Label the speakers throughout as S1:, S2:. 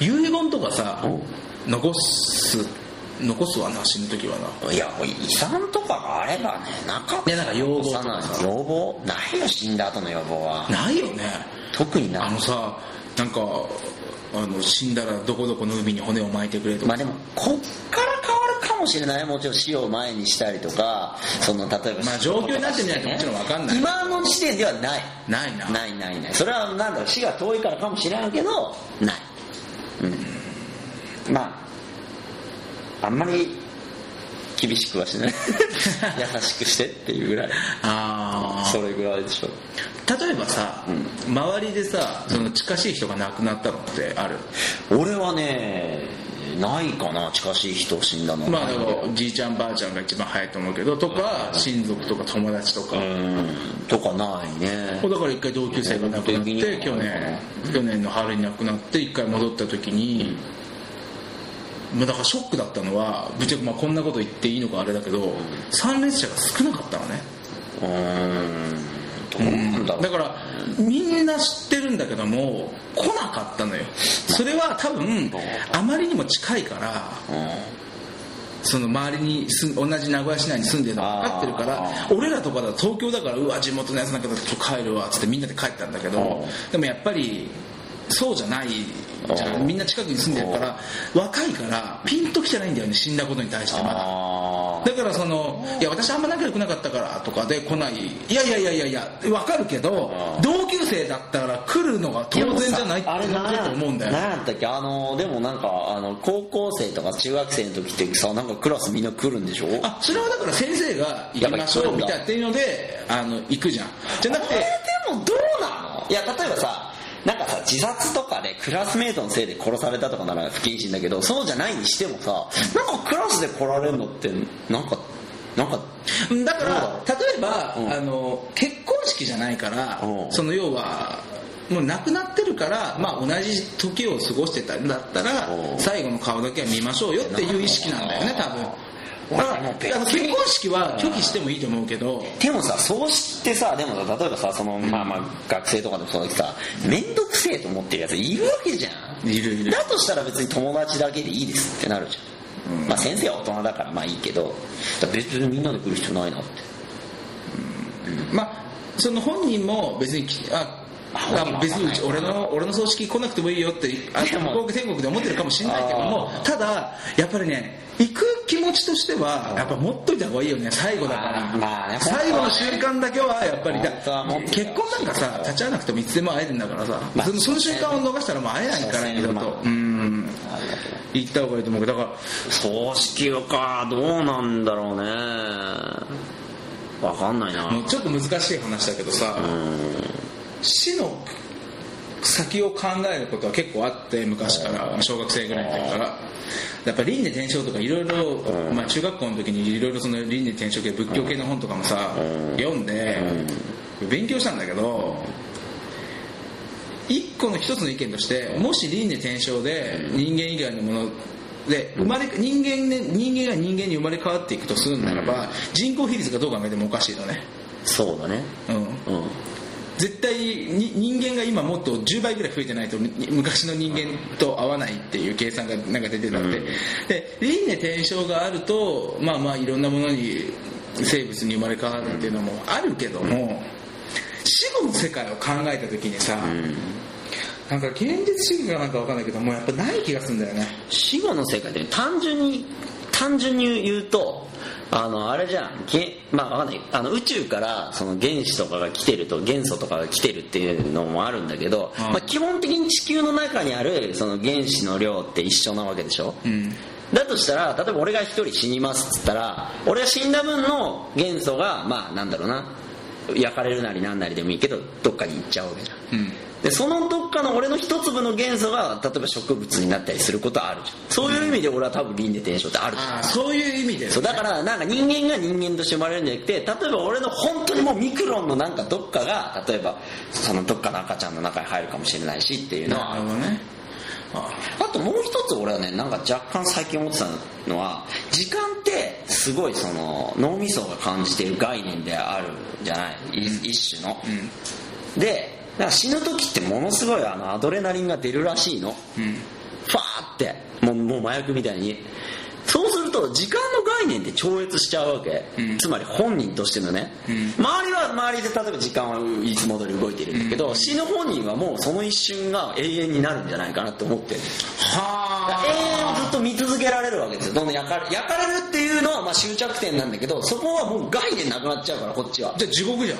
S1: 遺言とかさ
S2: うん
S1: 残す残すわな死ぬ時はない
S2: やもう遺産とかがあればねなかった
S1: ねなんか要望とか
S2: 幼い要望ないよ死んだ後の要望は
S1: ないよね
S2: 特にな
S1: あのさなんかあの死んだらどこどこの海に骨を巻いてくれと
S2: ま
S1: か
S2: あでもこっから変わるかもしれないもちろん死を前にしたりとかその例えば
S1: まあ状況になってみないともちろんわかんない
S2: 今の時点ではない
S1: ないな
S2: ないないないそれはなんだろう死が遠いからかもしれないけどないうんまああんまり厳しくはし ない優しくしてっていうぐらい
S1: あ
S2: それぐらいでしょ
S1: あ例えばさ、周りでさその近しい人が亡くなったのってある、
S2: 俺はねないかな近しい人死んだの
S1: まあだ
S2: う
S1: からじいちゃんばあちゃんが一番早いと思うけどとか親族とか友達とか、
S2: んとかないね
S1: だから一回同級生が亡くなっ
S2: うん
S1: て去年去年の春に亡くなって一回戻った時に、まあだからショックだったのはぶっちゃけまあこんなこと言っていいのかあれだけど参列者が少なかったのね
S2: うーんどうなんだろう
S1: だからみんな知ってるんだけども来なかったのよそれは多分あまりにも近いからその周りに住ん同じ名古屋市内に住んでるの分かってるか
S2: あ
S1: ら俺らとかだと東京だからうわ地元のやつなんかだと帰るわっつってみんなで帰ったんだけどでもやっぱりそうじゃないじゃ
S2: あ
S1: んみんな近くに住んでるから若いからピンときてないんだよね死んだことに対してまだ。
S2: あ
S1: だからその、いや、私あんま仲良くなかったからとかで来ない。いやいやいやいやいや、わかるけど
S2: あ、ー
S1: 同級生だったら来るのが当
S2: ー
S1: 然じゃないって
S2: あれ
S1: なってると思うんだよ。
S2: 何やったっけあのでもなんかあの高校生とか中学生の時ってさなんかクラスみんな来るんでしょ
S1: あ、それはだから先生が行きましょうみたいなっていうので、あの、行くじゃん。じゃなく
S2: え
S1: て、
S2: でもどうなのいや例えばさなんかさ自殺とかでクラスメートのせいで殺されたとかなら不謹慎だけどそうじゃないにしてもさなんかクラスで来られるのってなんかなんか
S1: うんだか
S2: そう
S1: ら例えば、
S2: うん
S1: あの結婚式じゃないから、
S2: うん
S1: その要はもう亡くなってるから、まあ、同じ時を過ごしてたんだったら、
S2: うん
S1: 最後の顔だけは見ましょうよっていう意識なんだよね多分だか
S2: 俺も別
S1: らあの結婚式は拒否してもいいと思うけど
S2: でもさそうしてさでもさ例えばさそのまあまあ学生とかでもそうだけどさ面倒くせえと思ってるやついるわけじゃん
S1: いるいる
S2: だとしたら別に友達だけでいいですってなるじゃん、まあ先生は大人だからまあいいけどだから別にみんなで来る必要ないなって
S1: まあその本人も別にきあ
S2: 本人
S1: あ
S2: は
S1: 別にうち
S2: 分か
S1: 俺
S2: んない
S1: の俺の葬式来なくてもいいよってあ
S2: でも
S1: 国天国で思ってるかもしれないけども
S2: あー
S1: ただやっぱりね行く気持ちとしてはやっぱ持っといた方がいいよね最後だか
S2: あーまあね
S1: ら最後の瞬間だけはやっぱりだ
S2: 本当は持ってた
S1: 結婚なんかさ立ち会わなくてもいつでも会えるんだからさ
S2: まあ
S1: そのその瞬間を逃したらもう会えないから二度
S2: そう
S1: と
S2: そう
S1: うん
S2: あれだけど
S1: 行った方がいいと思うけどだから
S2: 葬式かどうなんだろうねわかんないな
S1: もうちょっと難しい話だけどさ、死の先を考えることは結構あって昔から小学生ぐらいの時からやっぱ輪廻転生とかいろいろまあ中学校の時にいろいろその輪廻転生系仏教系の本とかもさ読んで勉強したんだけど一個の一つの意見としてもし輪廻転生で人間以外のもので生まれ人間ね人間が人間に生まれ変わっていくとするならば人口比率がどう考えてもおかしいのね、
S2: そうだね
S1: うん、
S2: うん
S1: 絶対に人間が今もっと10倍ぐらい増えてないとに昔の人間と合わないっていう計算がなんか出てたって、で輪廻転生があるとまあまあいろんなものに生物に生まれ変わるっていうのもあるけども、死後の世界を考えた時にさ、なんか現実主義かなんかわかんないけどもうやっぱない気がするんだよね
S2: 死後の世界で単純に単純に言うとあのあれじゃんげまあわかんないあの宇宙からその原子とかが来てると元素とかが来てるっていうのもあるんだけど、
S1: うん
S2: まあ、基本的に地球の中にあるその原子の量って一緒なわけでしょ、
S1: うん
S2: だとしたら例えば俺が一人死にますっつったら俺は死んだ分の元素がまあなんだろうな焼かれるなりなんなりでもいいけどどっかに行っちゃうわけじゃん
S1: うん
S2: でそのどっかの俺の一粒の元素が例えば植物になったりすることはあるじゃんそういう意味で俺は多分輪廻転生ってあるじゃん
S1: ああそういう意味で
S2: そうだからなんか人間が人間として生まれるんじゃなくて例えば俺の本当にもうミクロンのなんかどっかが例えばそのどっかの赤ちゃんの中に入るかもしれないしっていうのは
S1: なるほどねあ
S2: あともう一つ俺はねなんか若干最近思ってたのは時間ってすごいその脳みそが感じている概念であるじゃない、い一種の、でなんか死ぬ時ってものすごいあのアドレナリンが出るらしいの、
S1: うん
S2: ファーってもうもう麻薬みたいにそうすると時間の概念って超越しちゃうわけ、
S1: うん
S2: つまり本人としてのね、
S1: うん
S2: 周りは周りで例えば時間はいつも通り動いてるんだけど、死ぬ本人はもうその一瞬が永遠になるんじゃないかなって思ってるだから永遠をずっと見続けられるわけですよどんどん焼かれ焼かれるっていうのはまあ終着点なんだけどそこはもう概念なくなっちゃうからこっちは
S1: じゃあ地獄じゃ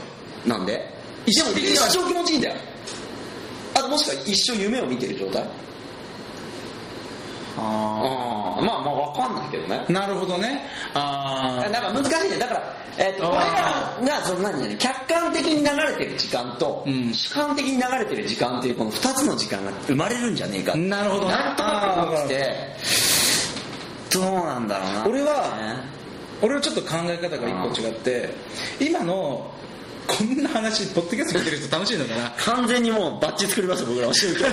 S1: ん
S2: なんで一生一生気持ちいいんだよあともしくは一生夢を見てる状態
S1: あ
S2: ああまあまあわかんないけどね
S1: あなるほどねあ
S2: なんか難しいねだから、えっとこれ
S1: あ
S2: らがその何、ね、客観的に流れてる時間と、
S1: うん
S2: 主観的に流れてる時間っていうこの2つの時間が生まれるんじゃねえか
S1: あなるほどね
S2: なんとなく思っててどうなんだろうな
S1: 俺は
S2: ね
S1: 俺はちょっと考え方が一個違って今のこんな話ポッドキャスト見てる人楽しいのかな
S2: 完全にもうバッチ作りました僕らは宗教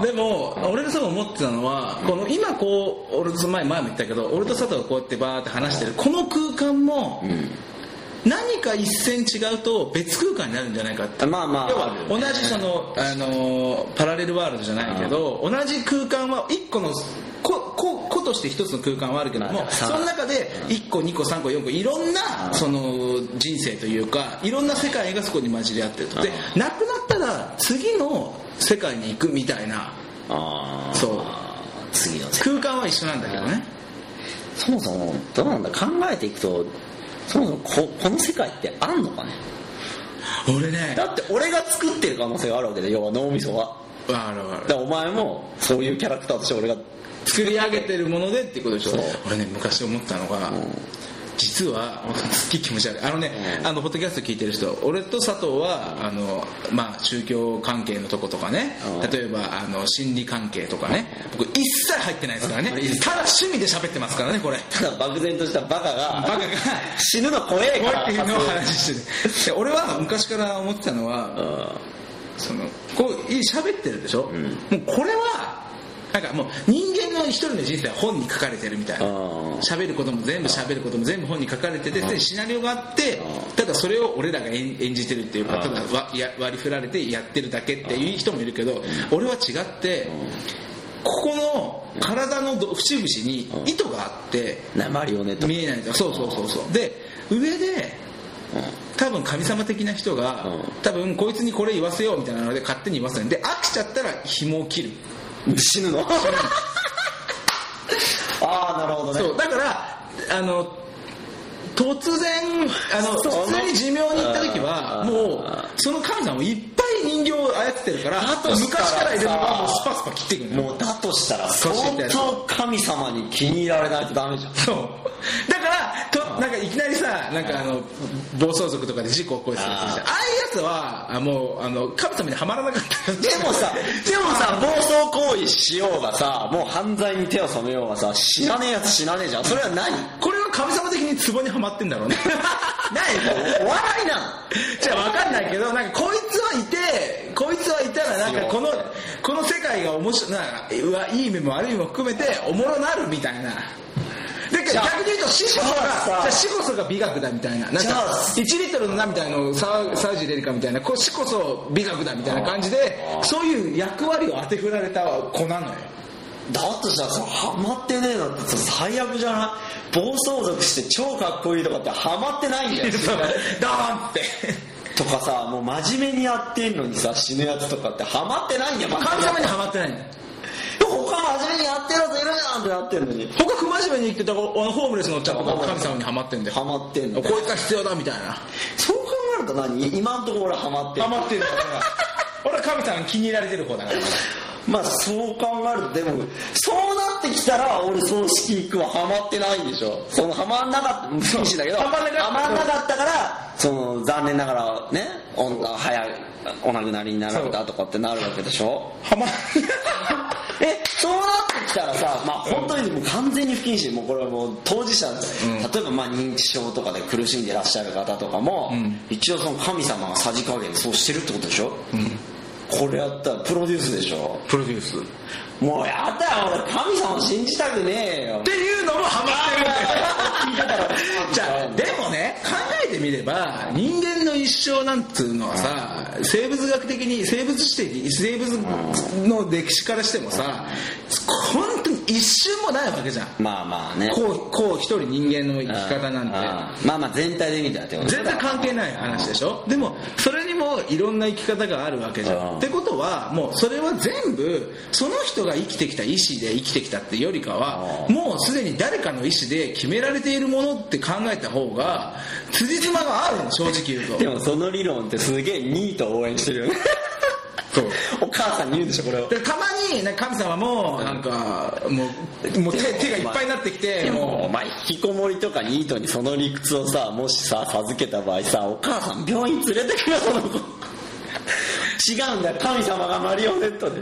S1: でも俺がそう思ってたのはこの今こう俺と前前も言ったけど俺と佐藤がこうやってバーって話してるこの空間も
S2: あうん
S1: 何か一線違うと別空間になるんじゃないかって
S2: あまあまあ
S1: 要は同じその、あのーパラレルワールドじゃないけど同じ空間は一個の個個個として一つの空間はあるけど
S2: ま
S1: も
S2: あ
S1: その中で1個2個3個4個いろん
S2: う
S1: なんその人生というかいろんな世界がそこに混じり合ってるとで
S2: う
S1: なくなったら次の世界に行くみたいな
S2: あー
S1: そう
S2: 次の
S1: 空間は一緒なんだけどね
S2: そもそもどうなんだ考えていくとそもそもここの世界ってあんのかね
S1: 俺ね
S2: だって俺が作ってる可能性があるわけで要は脳みそは
S1: わるわ
S2: だ
S1: る
S2: からお前もそういうキャラクターとして俺が
S1: 作り上げてるものでってことでしょ
S2: そう
S1: 俺ね昔思ったのが、
S2: ん
S1: 実はすっげえ気持ち悪いあのね、
S2: うん
S1: あのポッドキャスト聞いてる人俺と佐藤はあの、まあ、宗教関係のとことかね、
S2: うん
S1: 例えばあの心理関係とかね僕一切入ってないですからね、
S2: うん一切
S1: ただ趣味で喋ってますからねこれ
S2: ただ漠然としたバカが
S1: バカが
S2: 死ぬの怖え
S1: こ
S2: か
S1: れ
S2: ら
S1: っていうのを話してるで俺は昔から思ってたのは、
S2: うん
S1: そのこういい喋ってるでしょ、
S2: ん
S1: もうこれはなんかもう人間の一人の人生は本に書かれてるみたいな
S2: うん
S1: 喋ることも全部喋ることも全部本に書かれててすでにシナリオがあって
S2: うん
S1: ただそれを俺らが演演じてるっていうか
S2: うん
S1: ただわや割り振られてやってるだけっていう人もいるけど俺は違ってここの体のど節々に
S2: うん
S1: 糸があって
S2: なマリオネット
S1: 見えないんだそうそうそうそうで上で
S2: う
S1: 多分神様的な人が、
S2: うん
S1: 多分こいつにこれ言わせようみたいなので勝手に言わせるんで飽きちゃったら紐を切る、
S2: ん死ぬの ああなるほどね
S1: そうだからあの突然あの
S2: そう
S1: 普通に寿命に行った時は
S2: うん
S1: もうその神様もいっぱい人形を操ってるから
S2: だと
S1: 昔
S2: したらさ
S1: からいるのがもうスパスパ切っていくのよ
S2: もうだとしたら
S1: そ
S2: 相
S1: うしてたやつ
S2: 当神様に気に入られないとダメじゃん
S1: そうだからとなんかいきなりさなんかあの暴走族とかで事故を起こすやつみたいなああいうやつはあもうあの神様にはまらなかった
S2: で もさ、でもさ、暴走行為しようがさ、もう犯罪に手を染めようがさ、死なねえやつ死なねえじゃん。それは何
S1: これは神様的にツボにはまってんだろう ねない
S2: お笑いなん
S1: じゃあ分かんないけどなんかこいつはいてこいつはいたらなんかこのこの世界が面白いなんかうわいい面も悪い面も含めておもろなるみたいなで逆
S2: じゃあ
S1: に言うと死こそが
S2: じゃあさ
S1: じゃあ死こそが美学だみたいななん
S2: じゃ
S1: か
S2: あ
S1: 1リットルのなみたいなのをサウサウジ入れるかみたいなこう死こそ美学だみたいな感じで
S2: ああ
S1: そういう役割を当て振られた子なのよ
S2: だとしたらさ、ハマってねえだってさ、最悪じゃない暴走族して超かっこいいとかってハマってない んだよ。
S1: ドーンって
S2: とかさ、もう真面目にやってんのにさ、死ぬやつとかってハマってないんだよ。
S1: 神様にはまってないの
S2: 他真面目にやってるやついるじゃんってなってんのに。
S1: 僕不真面目に生きてたあのホームレスのおっちゃんとか神様にハマってんだよ
S2: ハマってん
S1: こ
S2: の。
S1: いつが必要だみたいな
S2: そう考えると何今んとこ俺ハマってる
S1: ハ。マってるから俺は神様に気に入られてる方だから
S2: まあそう考えるとでもそうなってきたら俺その式行くはハマってないんでしょそのハマんなかった不謹慎だけど
S1: ハマんなかった
S2: ハマんなかったからその残念ながらねお早いお亡くなりになられたとかってなるわけでしょ
S1: ハマ
S2: えそうなってきたらさ、まあ、本当にもう完全に不謹慎もうこれはもう当事者、例えばまあ認知症とかで苦しんでらっしゃる方とかも、
S1: ん
S2: 一応その神様がさじ加減でそうしてるってことでしょ、これやったらプロデュースでしょ
S1: プロデュースっ
S2: もうやだ俺神様信じたくねえよ
S1: ていうのもハマってるんだよじ
S2: じ
S1: ゃあ
S2: ゃあ
S1: でもね考えてみれば人間の一生なんつうのはさ生物学的に生物史的生物の歴史からしてもさ本当に一瞬もないわけじゃん
S2: まあまあね
S1: こうこう一人人間の生き方なんて
S2: あーまあまあ全体で見たらってこと
S1: 全然関係ない話でしょでもそれにもいろんな生き方があるわけじゃ
S2: うん
S1: んってことはもうそれは全部その人が生きてきた意思で生きてきたってよりかは
S2: う
S1: もうすでに誰かの意思で決められているものって考えた方が辻褄が合うの正直言う
S2: で
S1: と
S2: もその理論ってすげえニートを応援して るよね
S1: そう
S2: お母さんに言うんでしょこれを
S1: でたまになんか神様もなんかもうもう手手がいっぱいになってきて
S2: でも
S1: も
S2: お前引きこもりとかニートにその理屈をさもしさ授けた場合さお母さん病院連れてくよその子 違うんだよ神様がマリオネットで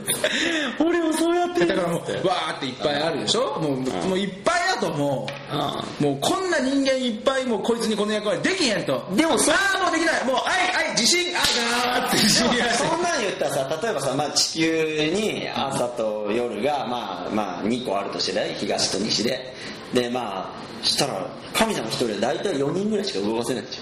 S2: 俺もそうやって
S1: う
S2: る
S1: だからもうわーっていっぱいあるでしょもうもういっぱいあともう
S2: あ
S1: もうこんな人間いっぱいもうこいつにこの役割できへんと
S2: でもそ
S1: ああもうできないもうはいはい自信あるなーって自信
S2: でも
S1: がして
S2: そんなん言ったらさ例えばさ、まあ、地球に朝と夜が、まあまあ、2個あるとしてね東と西ででまあしたら神様一人で大体4人ぐらいしか動かせないでしょ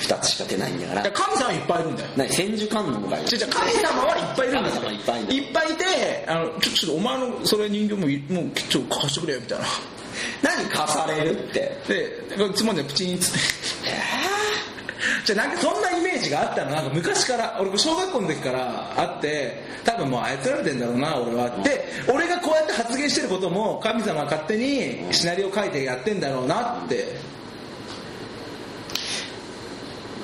S2: 2つしか出ないんだから
S1: だから神様いっぱいいるんだよ
S2: 何千手観音がいる
S1: じゃじゃ神様はいっぱいいるんだよ
S2: 神様いっぱいいるんだ
S1: いっぱいいてあのちょちょっとお前のそれ人形もいもうちょっと貸してくれよみたいな
S2: 何貸されるって
S1: でこれつまんでプチンっつってじゃあなんかそんなイメージがあったのなんか昔から俺小学校の時からあって多分もう操られてんだろうな俺はで俺がこうやって発言してることも神様が勝手にシナリオ書いてやってんだろうなって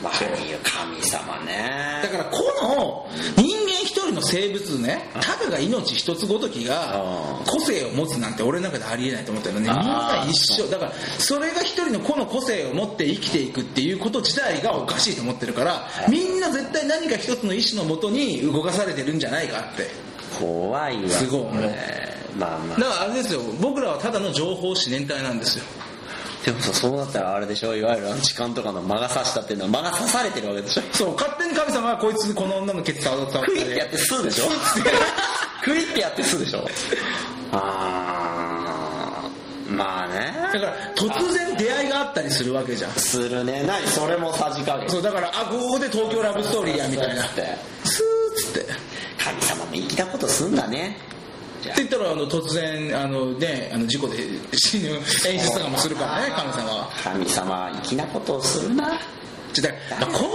S2: まあいいよ神様
S1: だ
S2: ね
S1: からこの人間一人の生物ねたかが命一つごときが
S2: うん
S1: 個性を持つなんて俺の中でありえないと思ってるのねみん
S2: あ
S1: な
S2: ー
S1: 一緒だからそれが一人の個の個性を持って生きていくっていうこと自体がおかしいと思ってるからみんな絶対何か一つの意志のもとに動かされてるんじゃないかって
S2: 怖いわ
S1: すごい
S2: これまあまあ
S1: だからあれですよ僕らはただの情報誌年体なんですよ
S2: でもさそうなったらあれでしょいわゆる痴漢とかの魔が差したっていうのは魔が刺されてるわけでし ょ
S1: そう勝手に神様はこいつこの女のケツ触った
S2: クイってやって吸うでしょクイってやって吸うでしょあーま あ
S1: だ
S2: ね
S1: から突然出会いがあったりするわけじゃん
S2: するね何それもさじ加減
S1: そうだからあここで東京ラブストーリーやみたいな
S2: って
S1: スーッつって。
S2: 神様も粋なことすんだねじゃ
S1: っ
S2: あ
S1: て言ったらあの突然あの、ね、あの事故で死ぬ演出とかもするからね神様は
S2: 神様は粋なことをするな
S1: ちょだから、まあこういう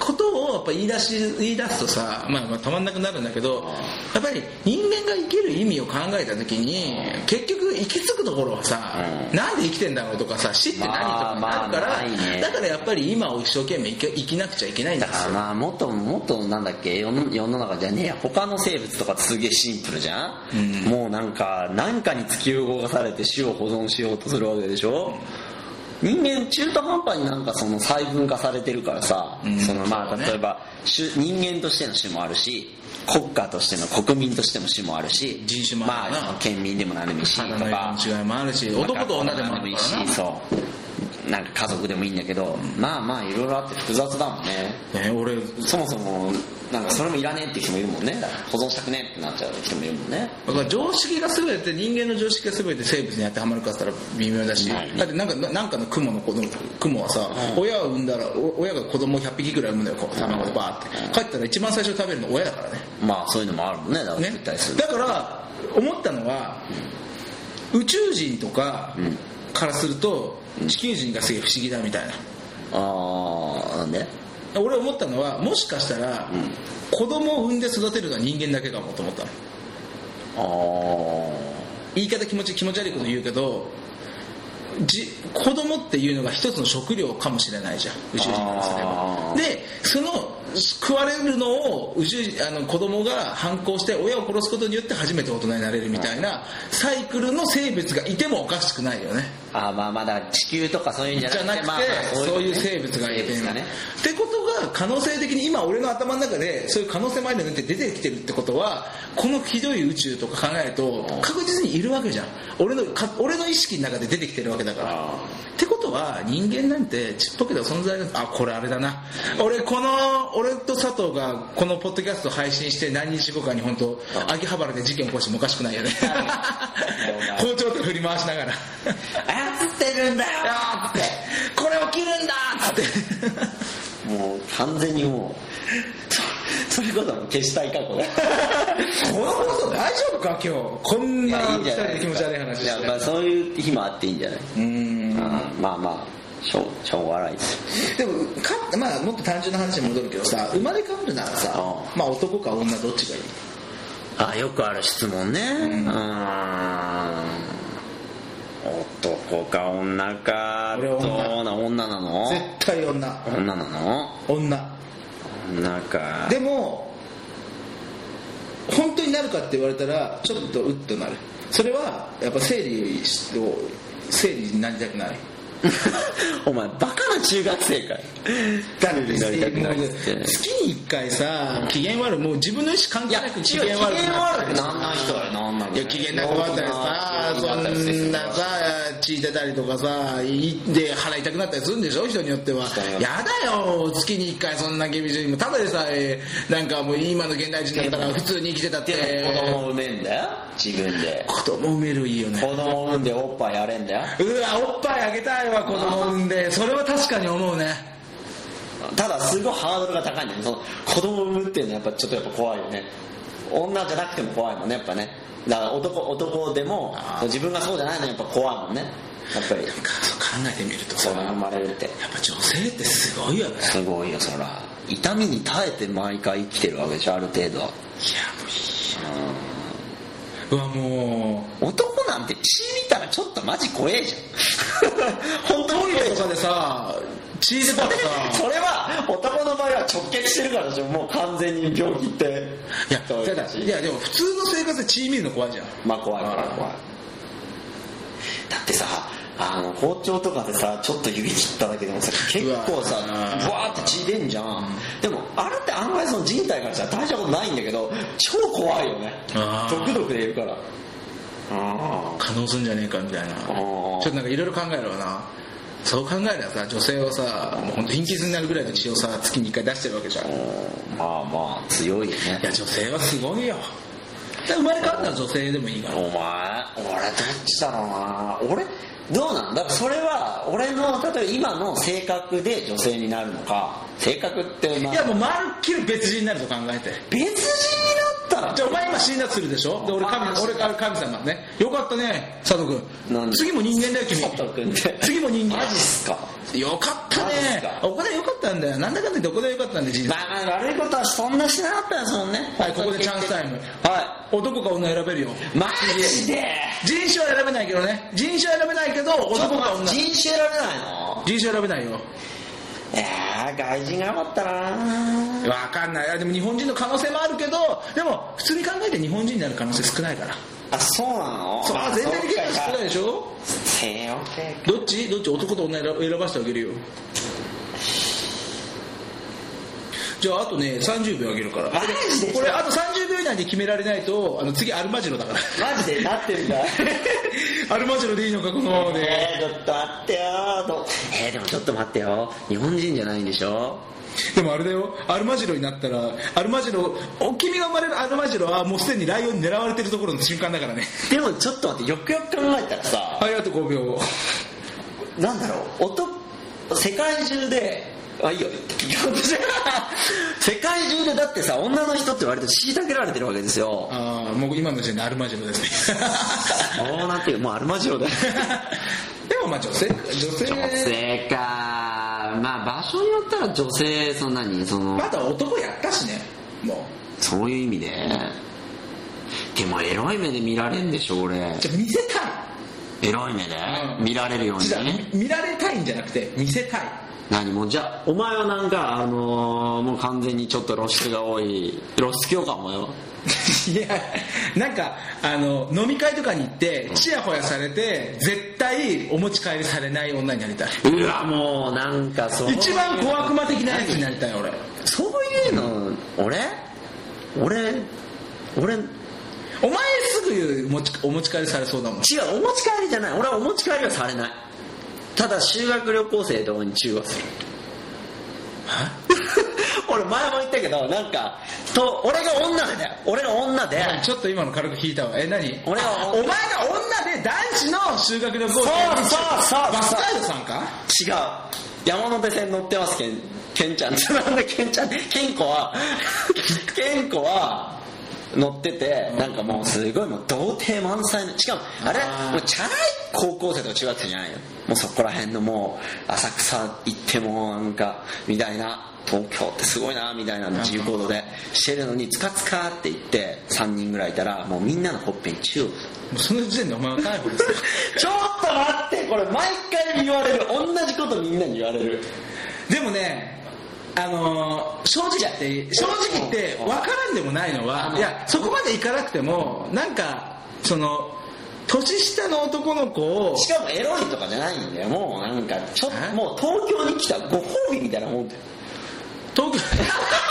S1: ことをやっぱ言い出し言い出すとさ、まあ、まあたまんなくなるんだけどやっぱり人間が生きる意味を考えた時に結局行き着くところはさ、
S2: うん
S1: なんで生きてんだろうとかさ死って何とかなるから、
S2: まあまあないね
S1: だからやっぱり今を一生懸命生き生きなくちゃいけないんだ
S2: だ
S1: よ
S2: からまあもっともっとなんだっけ世の世の中じゃねえや他の生物とかってすげえシンプルじゃん、もうなんか何かに突き動かされて種を保存しようとするわけでしょ、人間中途半端になんかその細分化されてるからさ、そのまあ例えば、種人間としての種もあるし国家としての国民としての種もあるし
S1: 人種もあるな
S2: まあ、県民でも何でもいいしと
S1: 肌の
S2: か
S1: 色の違いもあるし男と女でもある
S2: いい
S1: から
S2: し
S1: な
S2: そうなんか家族でもいいんだけど、まあまあいろいろあって複雑だもんね
S1: ね、俺
S2: そもそもなんかそれもいらねえって人もいるもんね保存したくねえってなっちゃう人もいるもんね
S1: だから常識が全て人間の常識が全て生物に当てはまるかって言ったら微妙だし、
S2: はい
S1: だってなんかななんかの雲の子供雲はさ、親を産んだらお親が子供を100匹ぐらい産むのよこう卵でバーって帰ったら一番最初に食べるの親だからね
S2: まあそういうのもあるもんねだから
S1: ね
S2: 絶対する、
S1: だから思ったのは宇宙人とかからすると地球人がすげえ不思議だみたいな
S2: ああなんで
S1: 俺思ったのはもしかしたら子供を産んで育てるのは人間だけかもと思ったの
S2: ああ
S1: 言い方気持ち気持ち悪いこと言うけどじ子供っていうのが一つの食料かもしれないじゃん宇宙人からすれば
S2: あー
S1: でその食われるのを宇宙人あの子供が反抗して親を殺すことによって初めて大人になれるみたいなサイクルの生物がいてもおかしくないよね
S2: あまあまあだから地球とかそういうんじゃな
S1: じゃ
S2: くて
S1: なくて、
S2: まあまあ
S1: そういう
S2: ね
S1: 生物がい
S2: 生
S1: て
S2: 物がね
S1: ってことが可能性的に今俺の頭の中でそういう可能性までって出てきてるってことはこのひどい宇宙とか考えると確実にいるわけじゃん俺のか俺の意識の中で出てきてるわけだから
S2: あ
S1: ってことは人間なんてちっぽけな存在なんあこれあれだな俺この俺と佐藤がこのポッドキャスト配信して何日後かに本当秋葉原で事件起こしてもおかしく ないよね包丁とか振り回しながら
S2: 操ってるんだよ
S1: あーっつって、これを切るんだ ーっつって。
S2: もう完全にもうそそれこそもう消したい過 去だ
S1: このこと大丈夫か今日。こん
S2: い
S1: な
S2: やいいん
S1: 二
S2: じ
S1: 人
S2: ゃない
S1: で気持ち悪い話
S2: いや
S1: して。
S2: まあそういう日もあっていいんじゃない、
S1: うーん
S2: あーまあまあしょうしょうがないです
S1: でもか、まあ、もっと単純な話に戻るけどさ生まれ変わるならさ
S2: う
S1: まあ、男か女どっちがいい
S2: あよくある質問ねうん男か女か
S1: 俺は女
S2: どうな女なの
S1: 絶対女
S2: 女なの
S1: 女
S2: 女か
S1: でも本当になるかって言われたらちょっとうっとなるそれはやっぱ生理を生理になりたくない
S2: お前バカな中学生かい
S1: だって
S2: なりたくないっつってね
S1: 月に一回さ機嫌悪いもう自分の意思関
S2: い
S1: 係
S2: や
S1: なく
S2: 機嫌悪く
S1: ったり
S2: なんない人はなんない
S1: いや機嫌なくなったりさそんなさ血出たりとかさいで腹痛くなったりするんでしょ人によっては
S2: 人によって
S1: やだよ月に一回そんな厳しいもうただでさえなんかもう今の現代人だったら普通に生きてたって
S2: でも子供産めんだよ自分で
S1: 子供産めるいいよね
S2: 子供産んでおっぱいやれんだよ
S1: うわおっぱいあげたいわ子供産んでそれは確かに思うね
S2: ただすごいハードルが高いんだよねその子供産むっていうのはやっぱちょっとやっぱ怖いよね女じゃなくても怖いもんねやっぱねだから男男でも
S1: あー
S2: 自分がそうじゃないのにやっぱ怖いもんねやっぱり
S1: そう考えてみるとさ
S2: それ
S1: や
S2: 生
S1: っ
S2: まれるって
S1: ぱ女性ってすごいよね
S2: すごいよそら痛みに耐えて毎回生きてるわけでしょある程度はい
S1: やもういいようわも
S2: 男なんて血見たらちょっとマジ怖えじゃ ん本当に怖
S1: う
S2: え
S1: と
S2: じ
S1: か
S2: ゃん
S1: でさ血出たら
S2: そ
S1: さ
S2: れは男の場合は直結してるからでしょもう完全に病気って
S1: いや
S2: そう
S1: ただいやでも普通の生活で血見るの怖いじゃん
S2: まあ怖いから
S1: うん
S2: 怖いだってさあの包丁とかでさちょっと指切っただけでもさ結構さ
S1: うわうん
S2: ブワーって血出んじゃんでもあれって案外その人体からしたら大したことないんだけど超怖いよね
S1: あー
S2: 毒々でいるからあ
S1: 可能すんじゃねえかみたいなちょ
S2: ー
S1: っとなんかいろいろ考えるわなそう考えればさ女性はさもう本当貧血になるぐらいの血をさ月に1回出してるわけじゃんい
S2: あまあまあ強いよね
S1: や女性はすごいよだから生まれ変わったら女性でもいいから
S2: お前俺どっちだろうな俺どうなんだからそれは俺の例えば今の性格で女性になるのか性格ってまあ
S1: いやもうまるっきり別人になると考えて
S2: 別人になったら
S1: じゃあお前今死んだとするでしょで俺神
S2: あー
S1: 俺から神様ねよかったね佐藤
S2: なん
S1: 君
S2: で
S1: 次も人間だよ君
S2: 佐藤君って
S1: 次も人間
S2: マジっすか
S1: よかった
S2: マジっす
S1: ね
S2: か
S1: お金よかったんだよなんだかんだどこでよかったんだよ人生
S2: まあまあ悪いことはそんなしなかったですもんね
S1: はいここでチャンスタイム
S2: は
S1: 男か女選べるよ
S2: いマジで
S1: 人種は選べないけどね人種は選べないけど男か女人
S2: 人種選べないの
S1: 種選べないよ
S2: いやー外人がよかったな
S1: わかんないあでも日本人の可能性もあるけどでも普通に考えて日本人になる可能性少ないから
S2: あそうなの
S1: そうあ全体的には少ないでしょ
S2: 性欲
S1: どっちどっち男と女選選ばせてあげるよじゃああとね30秒あげるから
S2: マジで
S1: これあと30秒以内で決められないとあの次アルマジロだから
S2: マジでなってるんだ
S1: アルマジロでいいのかこのままで
S2: えー、ちょっと待ってよーとえー、でもちょっと待ってよ日本人じゃないんでしょ
S1: でもあれだよアルマジロになったらアルマジロお君が生まれるアルマジロはもうすでにライオンに狙われてるところの瞬間だからね
S2: でもちょっと待ってよくよく考えたらさ
S1: はいあと5秒
S2: なんだろう音世界中であいいよ世界中でだってさ女の人って割と虐げられてるわけですよ
S1: ああもう今の時点でアルマジロですね
S2: そうなっていうもうアルマジロだよ
S1: でもまあ女性女性
S2: 女性かまあ場所によったら女性そんなにその
S1: まだ男やったしねもう
S2: そういう意味ででもエロい目で見られんでしょ俺
S1: じゃあ見せた
S2: エロい目で
S1: うん
S2: 見られるよう
S1: い
S2: に
S1: じゃあ
S2: ね
S1: 見られたいんじゃなくて見せたい
S2: 何もじゃあお前はなんかあのーもう完全にちょっと露出が多い露出狂かもよ
S1: いやなんかあの飲み会とかに行ってチヤホヤされて絶対お持ち帰りされない女になりたいう
S2: わもうなんかそういう
S1: 一番小悪魔的なやつになりたい俺
S2: そういうの俺俺俺
S1: お前すぐ持ちお持ち帰りされそうだもん
S2: 違うお持ち帰りじゃない俺はお持ち帰りはされないただ修学旅行生とかに中和する 俺前も言ったけどなんかと俺が女でだよ俺が女で
S1: ちょっと今の軽く引いたわえ何
S2: 俺は
S1: お前が女で男子の修学旅行生
S2: そうそうそう
S1: バスガイドさんか
S2: 違う山手線乗ってますけんけんちゃ んなんだけんちゃんけんこは けんこは乗っててなんかもうすごいもう童貞満載のしかもあれ
S1: あー
S2: もうチャラい高校生とか違ったじゃないよもうそこら辺のもう浅草行ってもなんかみたいな東京ってすごいなみたいな自由行動でしてるのにつかつかって言って3人ぐらいいたらもうみんなのほっぺにチューをする
S1: もうその時点でお前は逮捕ですよ
S2: ちょっと待ってこれ毎回言われる同じことみんなに言われる
S1: でもねあのー正直言って正直言って分からんでもないの
S2: あ
S1: は
S2: の
S1: いやそこまでいかなくてもなんかその年下の男の子を
S2: しかもエロいとかじゃないんだよもうなんかちょっ
S1: え
S2: ともう東京に来たご褒美みたいなもんだよ
S1: 東京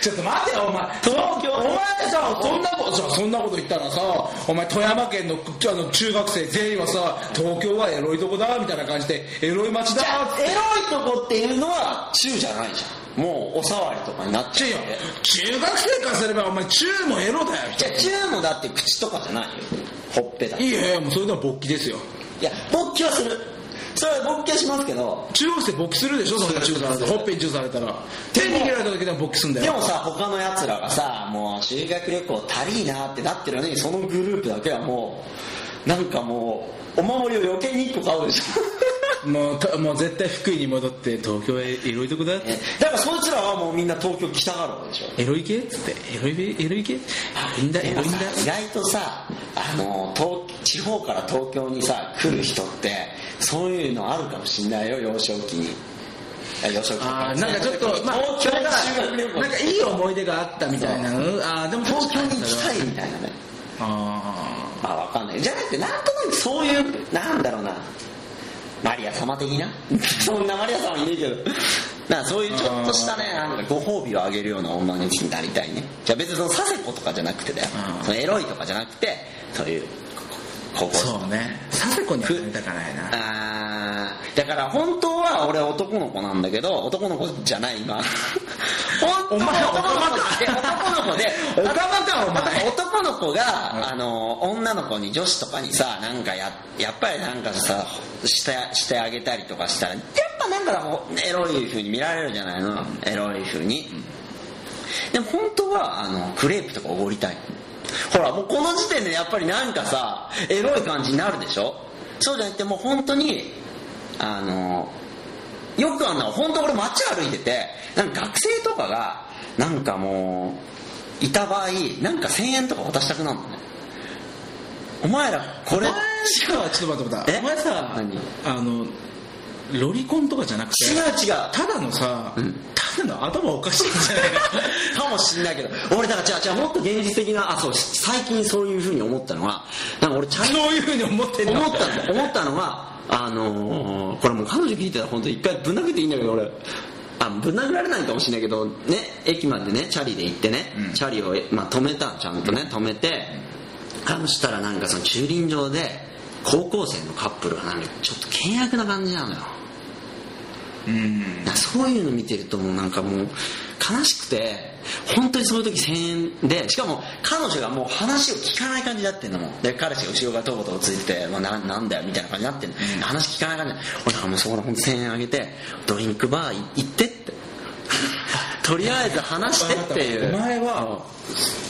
S1: ちょっと待てよお前
S2: 東京
S1: お前さそんなことじゃそんなこと言ったらさお前富山県のあの中学生全員はさ東京はエロいとこだみたいな感じでエロい街だ
S2: じゃあエロいとこっていうのは中じゃないじゃんもうお触りとかになっちゃう
S1: 違う
S2: よ
S1: よ中学生からすればお前中もエロだよ
S2: じゃあ中もだって口とかじゃないよほっぺだ
S1: いいよいやもうそれでは勃起ですよ
S2: いや勃起はするそれは勃起はしますけど
S1: 中学生勃起するでしょそんな中されたらほっぺに中されたら手握られた時でも勃起すんだ
S2: で
S1: よ
S2: もさ他のやつらがさもう修学旅行足りいなってなってるのにそのグループだけはもうなんかもうお守りを余計に1個買うで しょ
S1: もうともう絶対福井に戻って東京へエロいとこだって
S2: えだからそいつらはもうみんな東京来たがるわけでしょ
S1: エロい系っつってエロいエロい系あいいんだエロいんだ
S2: 意外とさあの東地方から東京にさ来る人ってそういうのあるかもしんないよ幼少期にあ幼少期と
S1: あーなんかちょっと、まあ、
S2: 東京が修学旅行
S1: なんかいい思い出があったみたいなのあーでも
S2: 東京に行き
S1: 来
S2: たいみたいなね
S1: あ
S2: まあわかんないじゃなくてなんとなくそういうなんだろうなマリア様的な そんなマリア様いねえけどなんかそういうちょっとしたねなんかご褒美をあげるような女の人になりたいねじゃあ別にその佐世子とかじゃなくてだよ
S1: うん
S2: そのエロいとかじゃなくてそういう高
S1: ー
S2: 校生
S1: そうね佐世子にはなりたかないな
S2: あーだから本当は俺男の子なんだけど男の子じゃない今 本当
S1: お前
S2: は男の子で
S1: お
S2: 男の子で
S1: かまかお前
S2: 男の子が、あの、女の子に女子とかにさ、なんかや、やっぱりなんかさ、して、してあげたりとかしたら、やっぱなんかもうエロい風に見られるじゃないの。エロい風に。でも本当は、あの、クレープとかおごりたい。ほら、もうこの時点でやっぱりなんかさ、エロい感じになるでしょそうじゃなくてもう本当に、あの、よくあんな本当俺街歩いててなんか学生とかがなんかもういた場合なんか1000円とか渡したくなるのねお前らこ
S1: お
S2: れ
S1: 前さちょっと待って待って
S2: え
S1: お前さ
S2: 何
S1: あのロリコンとかじゃなくて
S2: 違う違う
S1: ただのさ、
S2: ん
S1: ただの頭おかしいんじゃないか
S2: かもしんないけど俺だからじゃあじゃあもっと現実的なあそう最近そういうふうに思ったのはなんか俺チャイ
S1: そういうふうに思ってんの
S2: 思ったんだ思ったのはあのーこれもう彼女聞いてたら本当一回ぶん殴っていいんだけど俺あぶん殴られないかもしれないけどね駅までねチャリで行ってね、
S1: うん
S2: チャリを、まあ、止めたのちゃんとね止めてあのしたらなんかその駐輪場で高校生のカップルがなんかちょっと険悪な感じなのよ
S1: うん
S2: だからそういうの見てるともうなんかもう悲しくて本当にそういう時1000円でしかも彼女がもう話を聞かない感じだってんのもんで彼氏が後ろがとぼとぼついてて、まあ、ななんだよみたいな感じになってんの、話聞かない感じで俺だからもうそこで本当1000円あげてドリンクバー行ってって とりあえず話してっ ていう
S1: お前は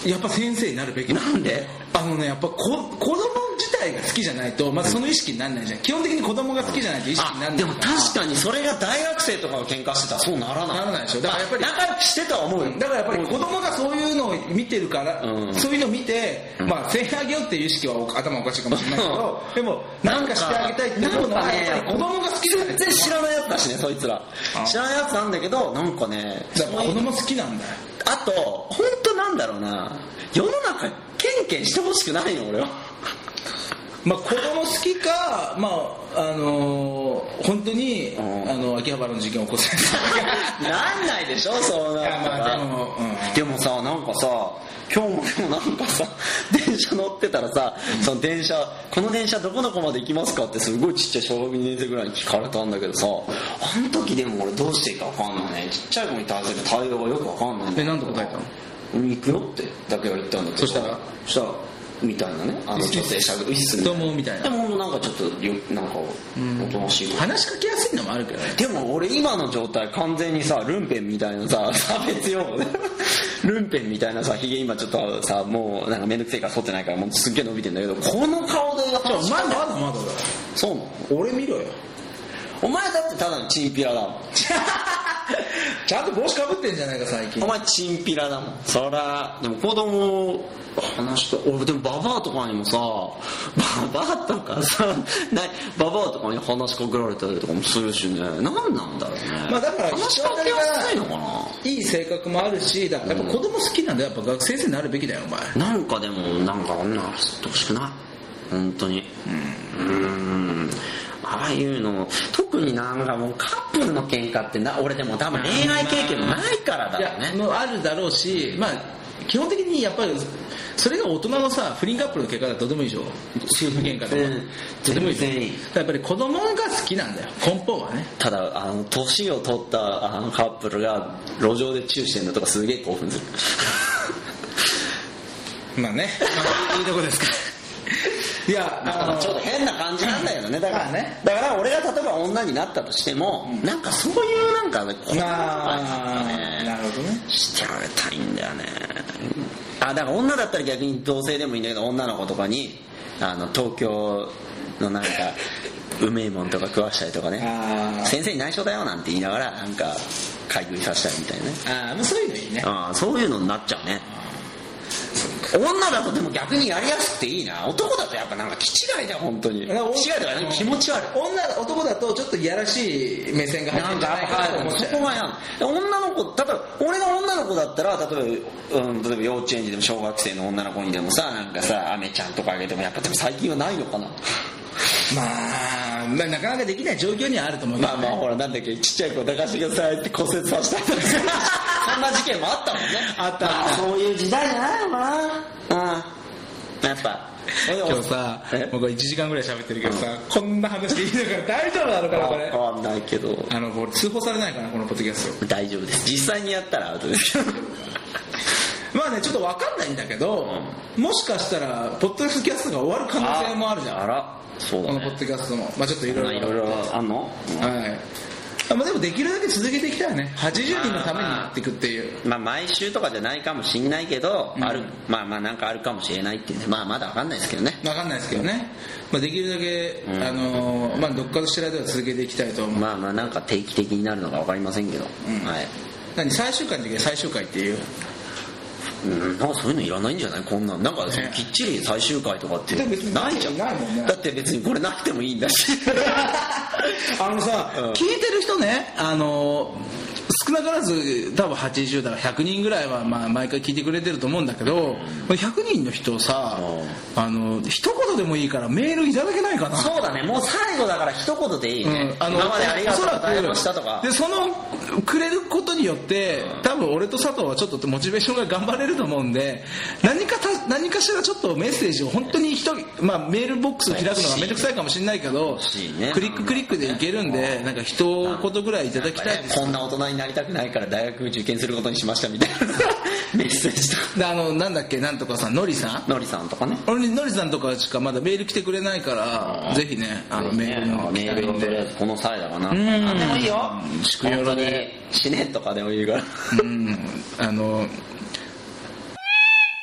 S1: やっぱ先生になるべき
S2: なんで
S1: あのねやっぱこ子供自体が好きじゃないとまずその意識にならないじゃん基本的に子供が好きじゃないと意識にならな
S2: あ
S1: い
S2: でも確かにそれが大学生とかが喧嘩してたらそうならない
S1: ならないでしょだからやっぱり
S2: あ仲良くしてとは思うよ
S1: だからやっぱり子供がそういうのを見てるから、
S2: うん
S1: そういうのを見て、まあ、せんあげようっていう意識はお頭おかしいかもしれないけど、でも、なんかしてあげたいっていうの
S2: なん
S1: は、
S2: かね
S1: やっぱり子供が好きじゃない
S2: 全然知らないやつだしねそいつら
S1: あ
S2: 知らないやつなんだけどなんかね
S1: だから子供好きなんだよ。
S2: あと本当なんだろうな世の中ケンケンしてほしくないの俺は
S1: まあ、子供好きか、まああのー本当に、
S2: うん
S1: あの秋葉原の事件を起こせ
S2: なんないでしょそうな
S1: ない
S2: ん
S1: いや
S2: だから
S1: まあでも、うん
S2: でもさなんかさ今日もでもなんかさ 電車乗ってたらさ、その電車この電車どこどこまで行きますかってすごいちっちゃい小学2年生ぐらいに聞かれたんだけどさあの時でも俺どうしていいか分かんないねちっちゃい子に対する対応がよく分かんない
S1: えなんて答えたの
S2: 行くよってだけは言ったんだけど
S1: そしたら
S2: そしたらみたいなねあの女性社がうっすみた
S1: どう
S2: いな
S1: もみたい
S2: で
S1: な
S2: もなんかちょっとりょなんかおとなしい子
S1: 話しかけやすいのもあるけどね
S2: でも俺今の状態完全にさルンペンみたいなさ 差別用語ねルンペンみたいなさひげ今ちょっとさもうなんかめんどくせえから剃ってないからもうすっげえ伸びてんだけどこの顔で
S1: まだまだまだだ
S2: そうなの
S1: 俺見ろよ
S2: お前だってただのチンピラだもん
S1: ちゃんと帽子かぶってんじゃないか最近
S2: お前チンピラだもんそらでも子供を話して俺でもババアとかにもさババアとかさなババアとかに話しかけられたりとかもするしね何なんだろうね
S1: まあだから
S2: 話しかけやすいのかない
S1: い性格もあるしだからやっぱ子供好きなんだやっぱ学生生になるべきだよお前
S2: なんかでもなんか女は知ってほしくない本当にうんんああいうの特になんかもうカップルの喧嘩ってな俺でも多分恋愛経験ないからだ
S1: い
S2: よ
S1: や
S2: ね
S1: もうあるだろうしまあ基本的にやっぱりそれが大人のさ不倫カップルの結果だとどうでもいいでしょ夫婦喧嘩とか、
S2: うん
S1: どうでもいいでしょ
S2: 全然いい
S1: だからやっぱり子供が好きなんだよ根本はね
S2: ただあの年を取ったあのカップルが路上でチューしてんのとかすげえ興奮する
S1: まあね、まあ、いいとこですかいや
S2: なん
S1: あ
S2: か
S1: の
S2: ちょっと変な感じなんだよねだから
S1: まあね
S2: だから俺が例えば女になったとしても、なんかそういうなんかねこう
S1: まあなるほどね
S2: してられたいんだよねあだから女だったら逆に同性でもいいんだけど女の子とかにあの東京の なんかうめえもんとか食わしたりとかね
S1: あー
S2: 先生に内緒だよなんて言いながらなんか買い食いさせたりみたいなね
S1: あーまあそういうのいいね
S2: ああそういうのになっちゃうね女だとでも逆にやりやすくていいな男だとやっぱなんか気違いだよ本当に気違い
S1: だから女
S2: だからね気持ち悪い
S1: 女男だとちょっといやらしい目線が入って
S2: な
S1: る
S2: ん
S1: んじ
S2: か
S1: ゃないかなと思っち
S2: そ
S1: ゃ
S2: こ
S1: う
S2: がやん女の子例えば俺が女の子だったら例えば,、うん、例えば幼稚園児でも小学生の女の子にでもさなんかさアメちゃんとかあげてもやっぱでも最近はないのかな
S1: まあ、まあ、なかなかできない状況にはあると思うけど
S2: まあまあほらなんだっけちっちゃい子抱かしてください って骨折させたりとかそんな事件もあったもんね
S1: あった
S2: まそういう時代じゃないのかなうんやっぱ
S1: 今日さ
S2: え、
S1: 僕1時間ぐらい喋ってるけどさ、こんな話でいいのか大丈夫なのかな、こ
S2: わ
S1: れ。
S2: かんないけど
S1: あの、これ通報されないかな、このポッドキャス
S2: 大丈夫です実際にやったらアウトですけど
S1: ト。まあね、ちょっとわかんないんだけど、もしかしたら、ポッドキャストが終わる可能性もあるじゃ
S2: あ
S1: ん。
S2: らそう
S1: こ
S2: だ
S1: のポッ
S2: ね
S1: ドキャストも。まあちょっとい
S2: い
S1: ろ
S2: ろ
S1: い
S2: い
S1: ろ。
S2: ろあんの
S1: はい。あまあでもできるだけ続けていきたいよね。80人のためにやっていくっていう。
S2: まあ、毎週とかじゃないかもしんないけど、
S1: うん
S2: あるまあまあなんかあるかもしれないっていうねまあまだわかんないですけどね
S1: わかんないですけどね。まあできるだけ、
S2: ん
S1: あのー、まあどっかと知らでは続けていきたいと思う。
S2: まあまあなんか定期的になるのかわかりませんけど、
S1: ん
S2: はい、
S1: 何最終回の時は最終回っていう。
S2: うん、なんかそういうのいらないんじゃないこんなんなんかその
S1: ね
S2: きっちり最終回とかって
S1: でも別に
S2: ないじゃん
S1: ないもんね
S2: だって別にこれなくてもいいんだ し
S1: あのさ、
S2: うん
S1: 聞いてる人ね、あの少なからず多分80だから100人ぐらいはまあ毎回聞いてくれてると思うんだけど、これ100人の人をさ、あの一言でもいいからメールいただけないかな。
S2: そうだねもう最後だから一言でいいね、
S1: うん
S2: 今までありがとう
S1: おそら
S2: ご
S1: く
S2: ざいましたとか
S1: でそのくれることによって多分俺と佐藤はちょっとモチベーションが頑張れると思うんで何かた何かしらちょっとメッセージを本当に一人、まあ、メールボックスを開くのがめんどくさいかもしれないけど、
S2: しいね
S1: クリッククリックでいけるんでなんか一言ぐらいいただきたいです
S2: こんな大人になりたくないから大学受験することにしました みたいなメッセージとか
S1: であのなんだっけなんとかさんのりさん
S2: のりさんとかね
S1: 俺にのりさんとかしかまだメール来てくれないからぜひねあのメールの
S2: メールをとりあえずこの際だかな。
S1: ん
S2: 何でもいいよ。
S1: 祝
S2: 本
S1: よ
S2: 当
S1: ろ
S2: に
S1: で
S2: 死ねとかでもいいから。
S1: うんあの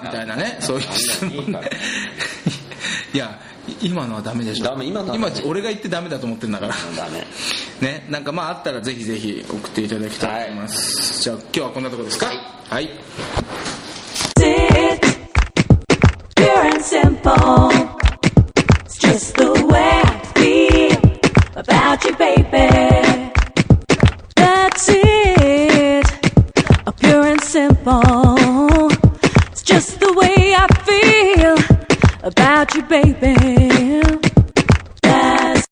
S1: みたいなねそういう質
S2: いい
S1: 問
S2: から
S1: いや今のはダメでしょ
S2: ダメ今のはダメ
S1: 今俺が言ってダメだと思ってんだから
S2: ダメ。
S1: ねなんかまああったらぜひぜひ送っていただきたいと思います、じゃあ今日はこんなとこですか
S2: はい
S1: はい
S3: Sick, pure and simple. It's just the way I feel about you, baby. That's it, pure and simple. simple. It's just the way I feel about you, baby.